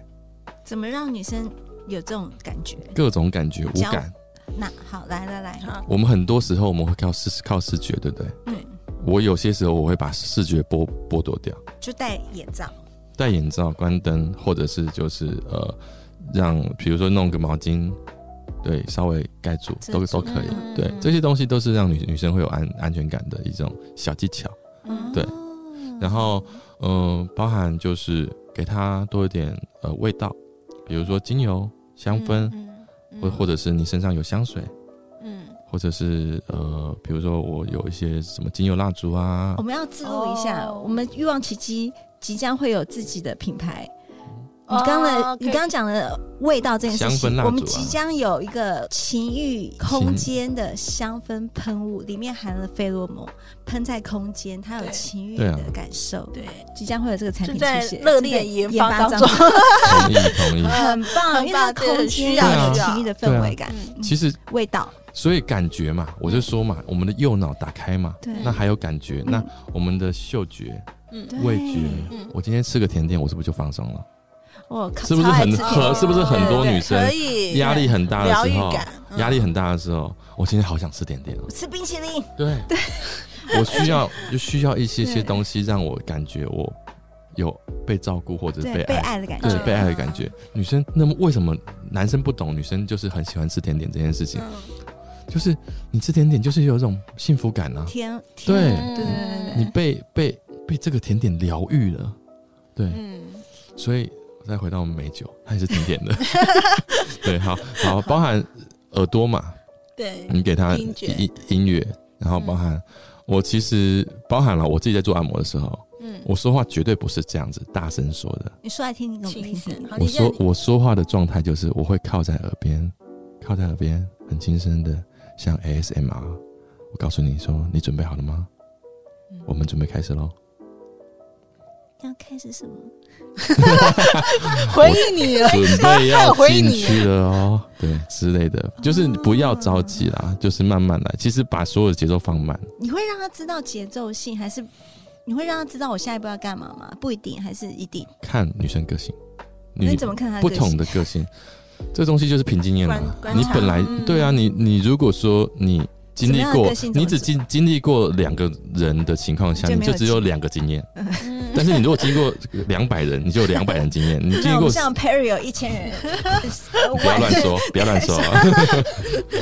Speaker 3: 怎么让女生有这种感觉？
Speaker 2: 各种感觉无
Speaker 3: 交
Speaker 2: 感。
Speaker 3: 那好，来来来，
Speaker 1: 好
Speaker 2: 我们很多时候我们会靠视靠视觉，对不对？
Speaker 3: 对。
Speaker 2: 我有些时候我会把视觉剥剥夺掉，
Speaker 3: 就戴眼罩，
Speaker 2: 戴眼罩、关灯，或者是就是呃，让比如说弄个毛巾，对，稍微盖住
Speaker 3: 遮
Speaker 2: 都都
Speaker 3: 住
Speaker 2: 可以。
Speaker 1: 嗯
Speaker 2: 对，这些东西都是让女女生会有安安全感的一种小技巧。
Speaker 3: 嗯，
Speaker 2: 对然后，嗯、包含就是给它多一点呃味道，比如说精油、香氛，
Speaker 1: 嗯，
Speaker 2: 或、或
Speaker 1: 者
Speaker 2: 者是你身上有香水，
Speaker 1: 嗯，
Speaker 2: 或者是呃，比如说我有一些什么精油蜡
Speaker 1: <laughs>
Speaker 2: 烛啊
Speaker 3: 我，们要自录一下，
Speaker 1: 哦
Speaker 3: 我们欲望奇迹即将会有自己的品牌。你刚的，
Speaker 1: 哦，OK
Speaker 3: 你刚刚讲的味道这件事
Speaker 2: 香氛
Speaker 3: 情，
Speaker 2: 蜡烛啊
Speaker 3: 我们即将有一个情欲空间的香氛喷雾，里面含了费洛蒙，喷在空间，它有
Speaker 1: 对
Speaker 3: 情欲
Speaker 2: 对啊
Speaker 3: 的感受。
Speaker 1: 对，
Speaker 3: 即将会有这个产
Speaker 1: 正
Speaker 3: 品
Speaker 1: 在
Speaker 3: 出现，
Speaker 1: 热烈研
Speaker 3: 研
Speaker 1: 发当中
Speaker 3: 中， <laughs>
Speaker 2: 同意同意。
Speaker 3: 很棒，
Speaker 1: 很棒
Speaker 3: 因为它空间有
Speaker 2: 啊
Speaker 3: 情欲的氛围感、
Speaker 1: 嗯
Speaker 2: 其实，
Speaker 3: 味道。
Speaker 2: 所以感觉嘛，我就说嘛，我们的右脑打开嘛，
Speaker 3: 对，
Speaker 2: 那还有感觉，那我们的嗅觉、
Speaker 1: 嗯
Speaker 3: 对
Speaker 2: 味觉
Speaker 1: 嗯，
Speaker 2: 我今天吃个甜点，我是不是就放松了？
Speaker 3: 我靠，
Speaker 2: 是不是
Speaker 3: 超爱
Speaker 2: 很
Speaker 3: 吃甜
Speaker 2: 合？
Speaker 3: 的
Speaker 2: 是不是很多女生
Speaker 1: 可以
Speaker 2: 压力很大的
Speaker 1: 疗
Speaker 2: 时
Speaker 1: 愈
Speaker 2: 候，
Speaker 1: 感，嗯
Speaker 2: 压力很大的时候，我今天好想吃甜点哦。
Speaker 3: 吃冰淇淋？
Speaker 2: 对对，我需要就需要一些些
Speaker 3: 对
Speaker 2: 东西让我感觉我有被照顾或者
Speaker 3: 对，被
Speaker 2: 爱，
Speaker 3: 爱嗯的感
Speaker 2: 对
Speaker 3: 觉。
Speaker 2: 被爱的感觉。女生那么为什么男生不懂？女生就是很喜欢吃甜点这件事情，
Speaker 1: 嗯
Speaker 2: 就是你吃甜点就是有一种幸福感啊，
Speaker 3: 天，
Speaker 2: 对
Speaker 3: 天对对
Speaker 2: 你
Speaker 3: 对
Speaker 2: 被被被这个甜点疗愈了，对，
Speaker 1: 嗯，
Speaker 2: 所以再回到我们美酒，它也是甜点的， <laughs> 对，好好包含耳朵嘛，
Speaker 1: 对，
Speaker 2: 你给他
Speaker 1: 听觉
Speaker 2: 音音乐，然
Speaker 1: 嗯
Speaker 2: 后包含、我其实包含了我自己在做按摩的时候，
Speaker 1: 嗯，
Speaker 2: 我说话绝对不是这样子大声说的，
Speaker 3: 你说来听听，我们
Speaker 1: 轻
Speaker 3: 听听。
Speaker 1: 声，好
Speaker 2: 我
Speaker 1: 哦你现
Speaker 2: 说
Speaker 1: 在
Speaker 2: 我说话的状态就是我会靠在耳边，靠在耳边很轻声的，像 ASMR。我告诉你说，你准备好了吗？
Speaker 1: 嗯
Speaker 2: 我们准备开始喽。
Speaker 3: 要开始什么？
Speaker 1: 回应你了，
Speaker 2: 准备
Speaker 1: 他有
Speaker 2: 要
Speaker 1: 回
Speaker 2: 进
Speaker 1: 你
Speaker 2: 去了哦，对之类的，就是你不要着急啦，就是慢慢来。其实把所有的节奏放慢，
Speaker 3: 你会让他知道节奏性，还是你会让他知道我下一步要干嘛吗？不一定，还是一定？
Speaker 2: 看女生个性。
Speaker 3: 那
Speaker 2: 你
Speaker 3: 你怎么看他的
Speaker 2: 不
Speaker 3: 个性
Speaker 2: 同的个性，这东西就是凭经验
Speaker 3: <laughs>
Speaker 2: 啦
Speaker 1: 观。观
Speaker 2: 你
Speaker 1: 察
Speaker 2: 本来
Speaker 1: 嗯
Speaker 2: 对啊，你你如果说你经历
Speaker 3: 什么样的
Speaker 2: 过
Speaker 3: 个性，怎
Speaker 2: 你
Speaker 3: 么
Speaker 2: 只
Speaker 3: 做
Speaker 2: 经经历过两个人的情况下，
Speaker 3: 就
Speaker 2: 你
Speaker 3: 没有
Speaker 2: 就只有
Speaker 3: 经
Speaker 2: 两个经
Speaker 3: <laughs>
Speaker 2: 验。
Speaker 1: 嗯
Speaker 2: 但是你如果经过两百人，你就有两百人经验。你经
Speaker 3: <laughs> 那
Speaker 2: 历
Speaker 3: 我
Speaker 2: 过
Speaker 3: 们像 Perry 有一千人，
Speaker 2: 不要乱说，不要乱
Speaker 3: <laughs>
Speaker 2: 说。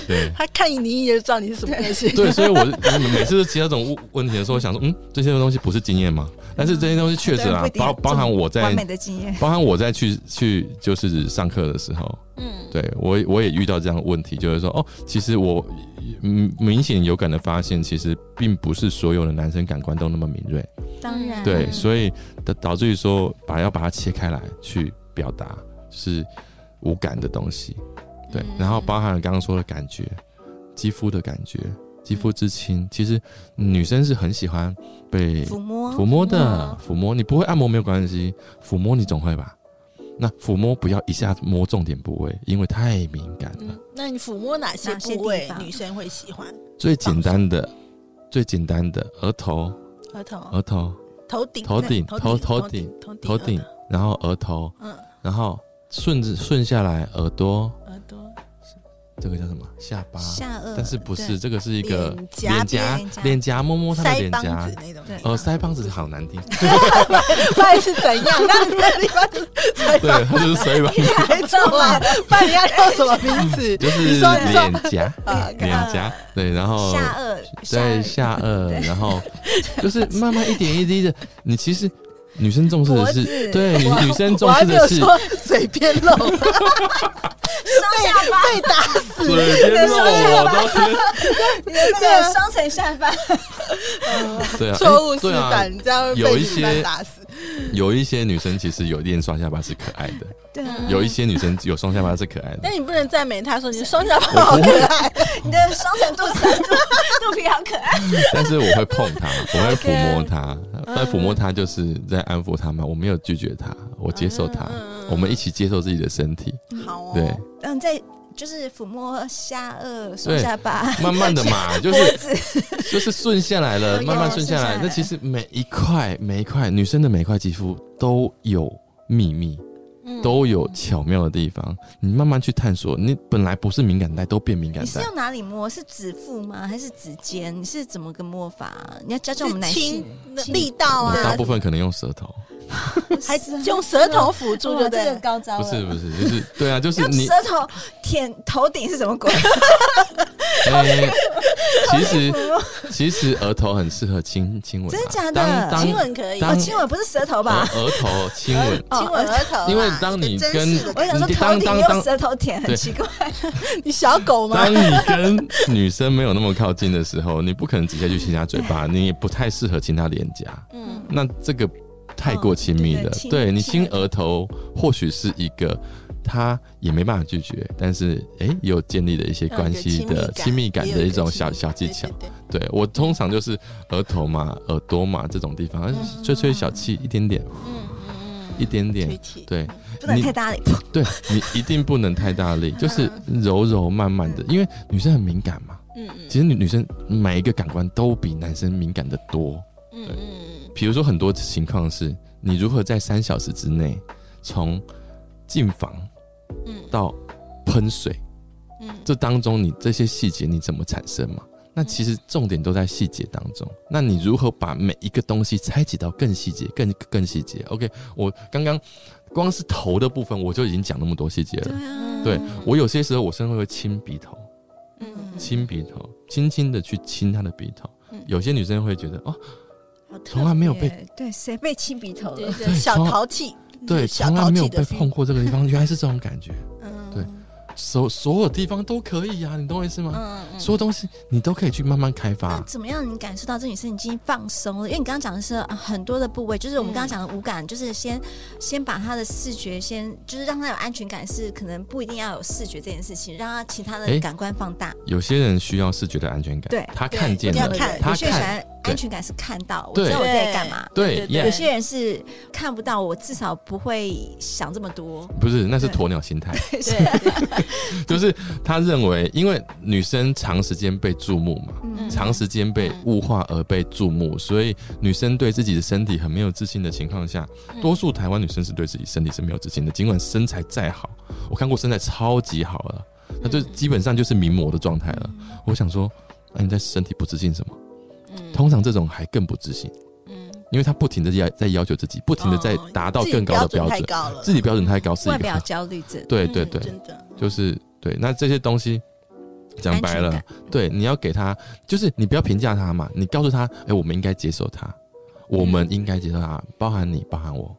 Speaker 2: 对
Speaker 1: 他看你一眼就知道你是什么个性，
Speaker 2: <laughs> 对，所以我我每次都提到这种问题的时候，我想说，嗯，这些东西不是经验吗？但是这些东西确实
Speaker 3: 嗯对不
Speaker 2: 啊
Speaker 3: 一，定
Speaker 2: 包
Speaker 3: 这么
Speaker 2: 包含我在
Speaker 3: 完美的经验。
Speaker 2: 包含我在去去就是上课的时候，
Speaker 1: 嗯，
Speaker 2: 对我也我也遇到这样的问题，就是说哦，其实我嗯明显有感的发现，其实并不是所有的男生感官都那么敏锐，
Speaker 3: 当然，
Speaker 2: 对，
Speaker 1: 嗯
Speaker 2: 所以导导致于说把要把它切开来去表达是无感的东西，对，
Speaker 1: 嗯
Speaker 2: 然后包含刚刚说的感觉，肌肤的感觉，肌肤之亲，其实女生是很喜欢被
Speaker 3: 抚摸
Speaker 2: 抚摸的
Speaker 1: 哦，
Speaker 2: 抚摸你不会按摩没有关系，抚摸你总会吧？那抚摸不要一下子摸重点部位，因为太敏感了。
Speaker 1: 嗯那你抚摸哪些
Speaker 3: 哪些
Speaker 1: 部位
Speaker 3: 地方
Speaker 1: 女生会喜欢？
Speaker 2: 最简单的，最简单的额头、
Speaker 1: 额头、
Speaker 2: 额头、
Speaker 1: 头顶、
Speaker 2: 头顶
Speaker 1: 头
Speaker 2: 头
Speaker 1: 头
Speaker 2: 头顶、
Speaker 1: 头顶、
Speaker 2: 头顶，然后额头，
Speaker 1: 嗯，
Speaker 2: 然后顺着顺下来耳朵，
Speaker 1: 耳朵，
Speaker 2: 这个叫什么？下巴。
Speaker 3: 下颚，
Speaker 2: 但是不是
Speaker 3: 对
Speaker 2: 这个是一个
Speaker 1: 脸颊
Speaker 2: 脸颊
Speaker 3: 脸颊
Speaker 2: 脸颊摸摸他的
Speaker 1: 腮
Speaker 2: 脸
Speaker 1: 帮
Speaker 2: 颊
Speaker 1: 子，那种，
Speaker 3: 对
Speaker 2: 呃，腮帮子好难
Speaker 1: <laughs>
Speaker 2: 听，
Speaker 1: 那是怎样？那你那地方是腮
Speaker 2: 对，它就是
Speaker 1: <laughs>
Speaker 2: 腮帮子，
Speaker 1: 还知道吗？不然你要叫什么名字？
Speaker 2: 就是
Speaker 1: 说你说
Speaker 2: 脸颊。嗯
Speaker 1: 啊，
Speaker 2: 脸颊，对，然后
Speaker 3: 下颚，
Speaker 2: 哦在下
Speaker 3: 下
Speaker 2: 颚，然后就是慢慢一点
Speaker 1: <laughs>
Speaker 2: 一滴的，你其实女生重视的
Speaker 3: 脖子
Speaker 2: 是，对，女女生
Speaker 1: 我
Speaker 2: 重
Speaker 1: 还
Speaker 2: 视
Speaker 1: 没
Speaker 2: 的
Speaker 1: 有
Speaker 2: 是
Speaker 1: 说嘴边露，被
Speaker 3: 下巴，
Speaker 1: 被打死，
Speaker 2: 嘴边肉，哦我
Speaker 3: 你的那个哎双层下巴，
Speaker 2: 都对啊，
Speaker 1: 错误
Speaker 2: 哎
Speaker 1: 示
Speaker 2: 对啊
Speaker 1: 范，，这样会
Speaker 2: 有
Speaker 1: 被
Speaker 2: 一
Speaker 1: 示范
Speaker 2: 些
Speaker 1: 打死。
Speaker 2: 有一些女生其实有练双下巴是可爱的，
Speaker 3: 对啊，
Speaker 2: 有一些女生有双下巴是可爱的
Speaker 3: 嗯
Speaker 1: 但，你不能赞美他说你的双下巴好可爱，
Speaker 3: 你的双层肚子肚肚皮好可爱，
Speaker 2: 但是我会碰她，我会抚摸她，
Speaker 3: 嗯
Speaker 2: 但抚摸她就是在安抚她嘛，我没有拒绝她，我接受她
Speaker 1: 嗯嗯嗯，
Speaker 2: 我们一起接受自己的身体，
Speaker 1: 好哦，
Speaker 2: 对，
Speaker 3: 嗯，在就是抚摸下颚、双下巴、
Speaker 2: 慢慢的嘛，就
Speaker 3: 脖
Speaker 2: 是
Speaker 3: 子，哦
Speaker 2: 就是顺下来了，
Speaker 3: 有
Speaker 2: 慢慢顺下
Speaker 3: 顺
Speaker 2: 来
Speaker 3: 下。来
Speaker 2: 那其实每一块每一块女生的每一块肌肤都有秘密，
Speaker 3: 嗯
Speaker 2: 都有巧妙的地方，你慢慢去探索。你本来不是敏感带，都变敏感
Speaker 3: 你是
Speaker 2: 带。
Speaker 3: 用哪里摸？是指腹吗？还是指尖？你是怎么个摸法？你要教教我们
Speaker 1: 是
Speaker 3: 男
Speaker 1: 轻
Speaker 3: 性，轻
Speaker 1: 力道
Speaker 2: 我大
Speaker 1: 啊，
Speaker 2: 部分可能用舌头，
Speaker 1: 还用舌头辅助，对
Speaker 3: 哇
Speaker 1: 不
Speaker 3: 哦这个
Speaker 1: 对？
Speaker 3: 高招
Speaker 2: 不
Speaker 3: 了，
Speaker 2: 是不是，就是对
Speaker 3: <laughs>
Speaker 2: 啊，就是
Speaker 3: 用
Speaker 2: 你
Speaker 3: 舌头舔头顶是什
Speaker 2: <laughs>
Speaker 3: 么鬼？
Speaker 2: 哎，其实其实额头很适合亲亲吻啊，
Speaker 3: 哦真的假的
Speaker 2: 当当
Speaker 1: 亲吻可以，
Speaker 2: 当
Speaker 3: 哦，亲吻不是舌头吧？
Speaker 2: 额额头亲吻，
Speaker 3: 哦
Speaker 1: 亲吻额头啊，
Speaker 2: 因为当你
Speaker 1: 真
Speaker 2: 跟
Speaker 1: 是的
Speaker 3: 我想说
Speaker 2: 你
Speaker 3: 头
Speaker 2: 当
Speaker 3: 顶
Speaker 2: 当
Speaker 3: 用
Speaker 2: 当
Speaker 3: 舌头舔很
Speaker 2: 对
Speaker 3: 奇怪，
Speaker 1: 你小狗吗
Speaker 2: 当？你跟女生没有那么靠近的时候，你不可能直接去亲她嘴巴，你也不太适合亲她脸颊。
Speaker 1: 嗯，
Speaker 2: 那这个太过亲密了，
Speaker 3: 哦对对亲
Speaker 2: 对你
Speaker 3: 亲
Speaker 2: 亲额头或许是一个。她也没办法拒绝，但是诶，也有建立了一些关系的亲密感的一种小小技巧。
Speaker 1: 对，
Speaker 2: 对我通常就是额头嘛、耳朵嘛这种地方，吹吹小气一点点，
Speaker 1: 嗯嗯
Speaker 2: 一点点
Speaker 1: 吹。气，
Speaker 2: 对
Speaker 3: 不能
Speaker 2: 你
Speaker 3: 太大力。
Speaker 2: 对，你一定不能太
Speaker 1: <laughs>
Speaker 2: 大力，就是柔柔慢慢的，因为女生很敏感嘛。
Speaker 1: 嗯嗯
Speaker 2: 其实女女生每一个感官都比男生敏感的多。
Speaker 1: 嗯嗯
Speaker 2: 比如说很多情况是，你如何在三小时之内从进房
Speaker 1: 嗯
Speaker 2: 到喷水
Speaker 1: 嗯，
Speaker 2: 这当中，你这些细节你怎么产生嘛？那其实重点都在细节当中。那你如何把每一个东西拆解到更细节、更更细节？OK，我刚刚光是头的部分我就已经讲那么多细节了。
Speaker 3: 啊
Speaker 2: 对我有些时候我甚至会亲鼻头，
Speaker 1: 嗯
Speaker 2: 亲鼻头，轻轻的去亲她的鼻头
Speaker 1: 嗯。
Speaker 2: 有些女生会觉得哦，
Speaker 3: 好特别
Speaker 2: 从来没有被
Speaker 3: 对谁被亲鼻头
Speaker 1: 对
Speaker 3: 了？
Speaker 1: 对，小淘气，
Speaker 2: 对，
Speaker 1: 小
Speaker 2: 从来
Speaker 1: 淘
Speaker 2: 没有
Speaker 1: 气的
Speaker 2: 被碰，过这个地
Speaker 1: <laughs>
Speaker 2: 方，原来是这种感觉。
Speaker 1: 嗯，
Speaker 2: 对所所有地方都可以啊，你懂我意思吗？
Speaker 1: 嗯嗯，
Speaker 2: 所有东西你都可以去慢慢开
Speaker 3: 那
Speaker 2: 发。
Speaker 3: 怎么样？你感受到这女生已经放松了？因为你刚刚讲的是啊很多的部位，就是我们刚刚讲的五感，就是先先把她的视觉先，就是让她有安全感，是可能不一定要有视觉这件事情，让她其他的
Speaker 2: 诶
Speaker 3: 感官放大。
Speaker 2: 有些人需要视觉的安全感，
Speaker 3: 对
Speaker 2: 他看见
Speaker 1: 对
Speaker 2: 了
Speaker 1: 一定要看，
Speaker 2: 他
Speaker 3: 有些人喜
Speaker 2: 看，
Speaker 3: 欢
Speaker 2: 对
Speaker 3: 安全感是看到，我
Speaker 2: 对
Speaker 3: 知道我在
Speaker 1: 对
Speaker 3: 干嘛。
Speaker 2: 对
Speaker 1: 对对
Speaker 2: ，yes，
Speaker 3: 有些人是看不到，我至少不会想这么多。
Speaker 2: 不是，那是
Speaker 3: 对
Speaker 2: 鸵鸟心态，
Speaker 1: 对，
Speaker 2: 就是他认为，因为女生长时间被注目嘛，
Speaker 3: 嗯，
Speaker 2: 长时间被物化而被注目，所以女生对自己的身体很没有自信的情况下，多数台湾女生是对自己身体是没有自信的。尽管身材再好，我看过身材超级好了，那就基本上就是名模的状态了。我想说，那、你在身体不自信什么？ <laughs>
Speaker 1: 嗯
Speaker 2: 通常这种还更不自信，
Speaker 1: 嗯，
Speaker 2: 因为她不停的要在要求自己，不停的在
Speaker 1: 哦
Speaker 2: 达到
Speaker 1: 自己
Speaker 2: 更高的标
Speaker 1: 太
Speaker 2: 准，
Speaker 1: 高了，
Speaker 2: 自己标准太高是一
Speaker 3: 外
Speaker 2: 个
Speaker 3: 表
Speaker 2: 很。
Speaker 3: 焦虑症，
Speaker 2: 对
Speaker 1: 嗯
Speaker 2: 对对，
Speaker 1: 真的
Speaker 2: 就是对。那这些东西讲白
Speaker 3: 安
Speaker 2: 了
Speaker 3: 全，
Speaker 2: 对，你要给他，就是你不要评价他嘛，你告诉他，哎、我们应该接受他，我
Speaker 1: 嗯
Speaker 2: 们应该接受他，包含你，包含我，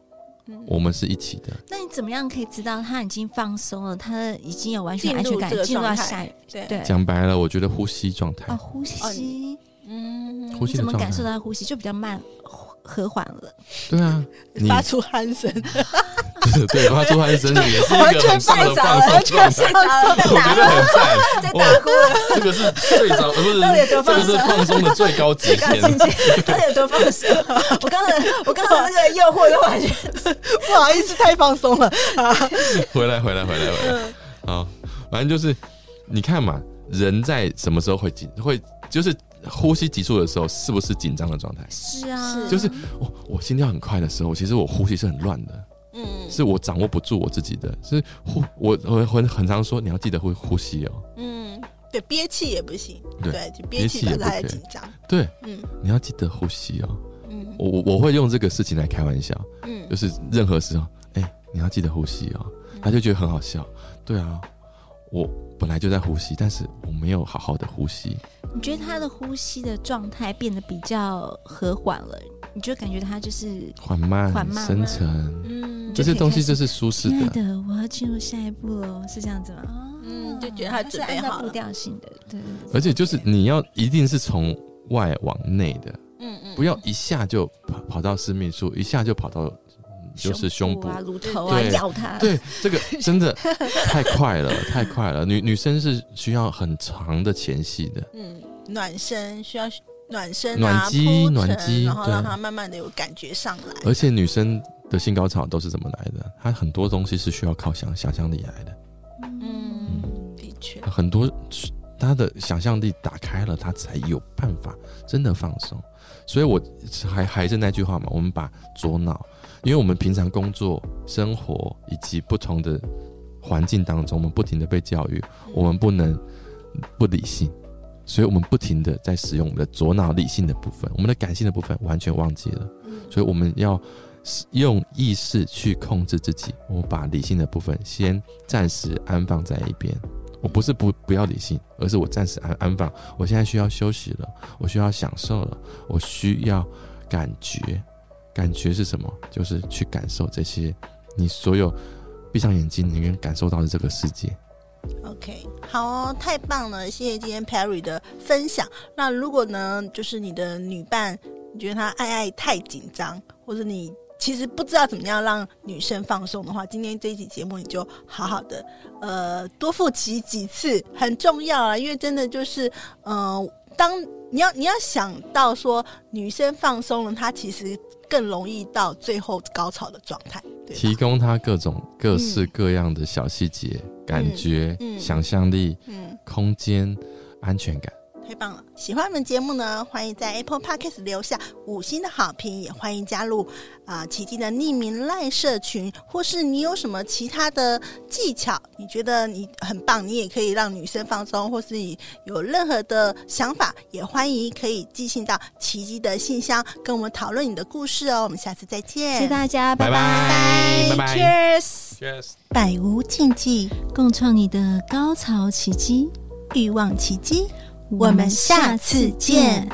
Speaker 2: 我们是一起的。
Speaker 3: 那你怎么样可以知道他已经放松了，他已经有完全
Speaker 1: 进入
Speaker 3: 安全感
Speaker 1: 这，个
Speaker 3: 进入到
Speaker 1: 状态
Speaker 3: 下一
Speaker 1: 对，
Speaker 3: 对
Speaker 2: 讲白了，我觉得呼吸状态
Speaker 3: 哦，，呼吸，
Speaker 1: 嗯，
Speaker 2: 呼
Speaker 3: 你
Speaker 2: 吸的
Speaker 3: 怎么
Speaker 2: 状
Speaker 3: 感受
Speaker 2: 态，
Speaker 3: 到他呼吸就比较慢和缓了？
Speaker 2: 对啊，你
Speaker 1: 发出鼾声，
Speaker 2: <laughs> 对发出鼾声也是一个很棒的放松状态。
Speaker 3: 着了，
Speaker 1: <laughs>
Speaker 2: <laughs> 我
Speaker 1: 啊
Speaker 2: 觉得很赞，
Speaker 3: 在
Speaker 2: 哇，这个是睡着，呃不是
Speaker 3: 到底有多
Speaker 2: 这
Speaker 3: 放
Speaker 2: 个是放松的最高极限。
Speaker 3: <laughs> 到底有多放
Speaker 2: <laughs>
Speaker 3: 松？我刚才我刚才那个诱惑都完全
Speaker 1: 不好意思，太放松了。
Speaker 2: <laughs> 回来，回来，回来，回来。好，反正就是你看嘛，人在什么时候会紧，会就是呼吸急促的时候，是不是紧张的状态？
Speaker 3: 是啊，
Speaker 1: 是
Speaker 2: 就是我我心跳很快的时候，其实我呼吸是很乱的，
Speaker 1: 嗯
Speaker 2: 是我掌握不住我自己的。是呼我我很很常说，你要记得会呼吸哦。
Speaker 1: 嗯， <laughs> 对，憋气也不行，
Speaker 2: 对
Speaker 1: 对，就憋气
Speaker 2: 憋气也
Speaker 1: 表
Speaker 2: 不
Speaker 1: 示太
Speaker 2: 可以
Speaker 1: 紧张。
Speaker 2: 对，
Speaker 1: 嗯
Speaker 2: 你要记得呼吸哦。
Speaker 1: 嗯
Speaker 2: 我我我会用这个事情来开玩笑，就
Speaker 1: 嗯，
Speaker 2: 是任何时候，哎、你要记得呼吸哦。
Speaker 3: 嗯
Speaker 2: 他就觉得很好笑。对啊，我本来就在呼吸，但是我没有好好的呼吸。
Speaker 3: 你觉得他的呼吸的状态变得比较和缓了，你就感觉他就是。
Speaker 2: 缓慢、
Speaker 3: 缓慢
Speaker 2: 深
Speaker 3: 吗
Speaker 2: 沉，
Speaker 1: 嗯
Speaker 2: 这
Speaker 3: 就
Speaker 2: 些
Speaker 3: 可以
Speaker 2: 东西
Speaker 3: 开始嗯
Speaker 2: 就是舒适
Speaker 3: 亲爱
Speaker 2: 的。
Speaker 3: 的，我要进入下一步喽，是这样子吗？哦
Speaker 1: 嗯就觉得他
Speaker 3: 是
Speaker 1: 准备
Speaker 3: 按照
Speaker 1: 好了
Speaker 3: 步调性的，对对对
Speaker 2: 而且就是你要一定是从外往内的，
Speaker 1: 嗯嗯
Speaker 2: 不要一下就跑跑到私密处，一下就跑到嗯就是胸部
Speaker 3: 啊、。乳头啊，
Speaker 2: 对
Speaker 3: 咬它。
Speaker 2: 对，这个真
Speaker 3: <laughs>
Speaker 2: 的太快了，太快了。女女生是需要很长的前戏的，
Speaker 1: 嗯，暖身需要暖身啊，
Speaker 2: 暖机
Speaker 1: 铺陈
Speaker 2: 暖机
Speaker 1: 然后
Speaker 2: 对
Speaker 1: 让它慢慢的有感觉上来。
Speaker 2: 而且女生的性高潮都是怎么来的？她很多东西是需要靠想想象力来的，
Speaker 1: 嗯，的确，
Speaker 2: 很多她的想象力打开了，她才有办法真的放松。所以我还还是那句话嘛，我们把左脑、因为我们平常工作、生活以及不同的环境当中，我们不停的被教育，我们不能不理性，所以我们不停的在使用我们的左脑理性的部分，我们的感性的部分完全忘记了，所以我们要用意识去控制自己，我们把理性的部分先暂时安放在一边。我不是不不要理性，而是我暂时安安放。我现在需要休息了，我需要享受了，我需要感觉。感觉是什么？就是去感受这些，你所有闭上眼睛，你能感受到的这个世界。
Speaker 1: OK，好哦，太棒了！谢谢今天 Perry 的分享。那如果呢，就是你的女伴，你觉得她爱爱太紧张，或者你其实不知道怎么样让女生放松的话，今天这一期节目你就好好的，呃，多复习几次很重要啊，因为真的就是，呃，当你要你要想到说女生放松了，她其实更容易到最后高潮的状态，对吧
Speaker 2: 提供他各种各式各样的小细节、感觉、
Speaker 1: 嗯
Speaker 2: 想象力、
Speaker 1: 嗯。
Speaker 2: 空间、安全感。
Speaker 1: 太棒了！喜欢我们节目呢，欢迎在 Apple Podcast 留下五星的好评，也欢迎加入啊、奇迹的匿名赖社群，或是你有什么其他的技巧，你觉得你很棒，你也可以让女生放松，或是你有任何的想法，也欢迎可以寄信到奇迹的信箱，跟我们讨论你的故事哦。我们下次再见，
Speaker 4: 谢谢大家，拜
Speaker 2: 拜拜拜拜
Speaker 4: ，Cheers，
Speaker 2: Yes。
Speaker 1: 百无禁忌，
Speaker 4: 共创你的高潮奇迹，
Speaker 1: 欲望奇迹。
Speaker 4: 我们下次见。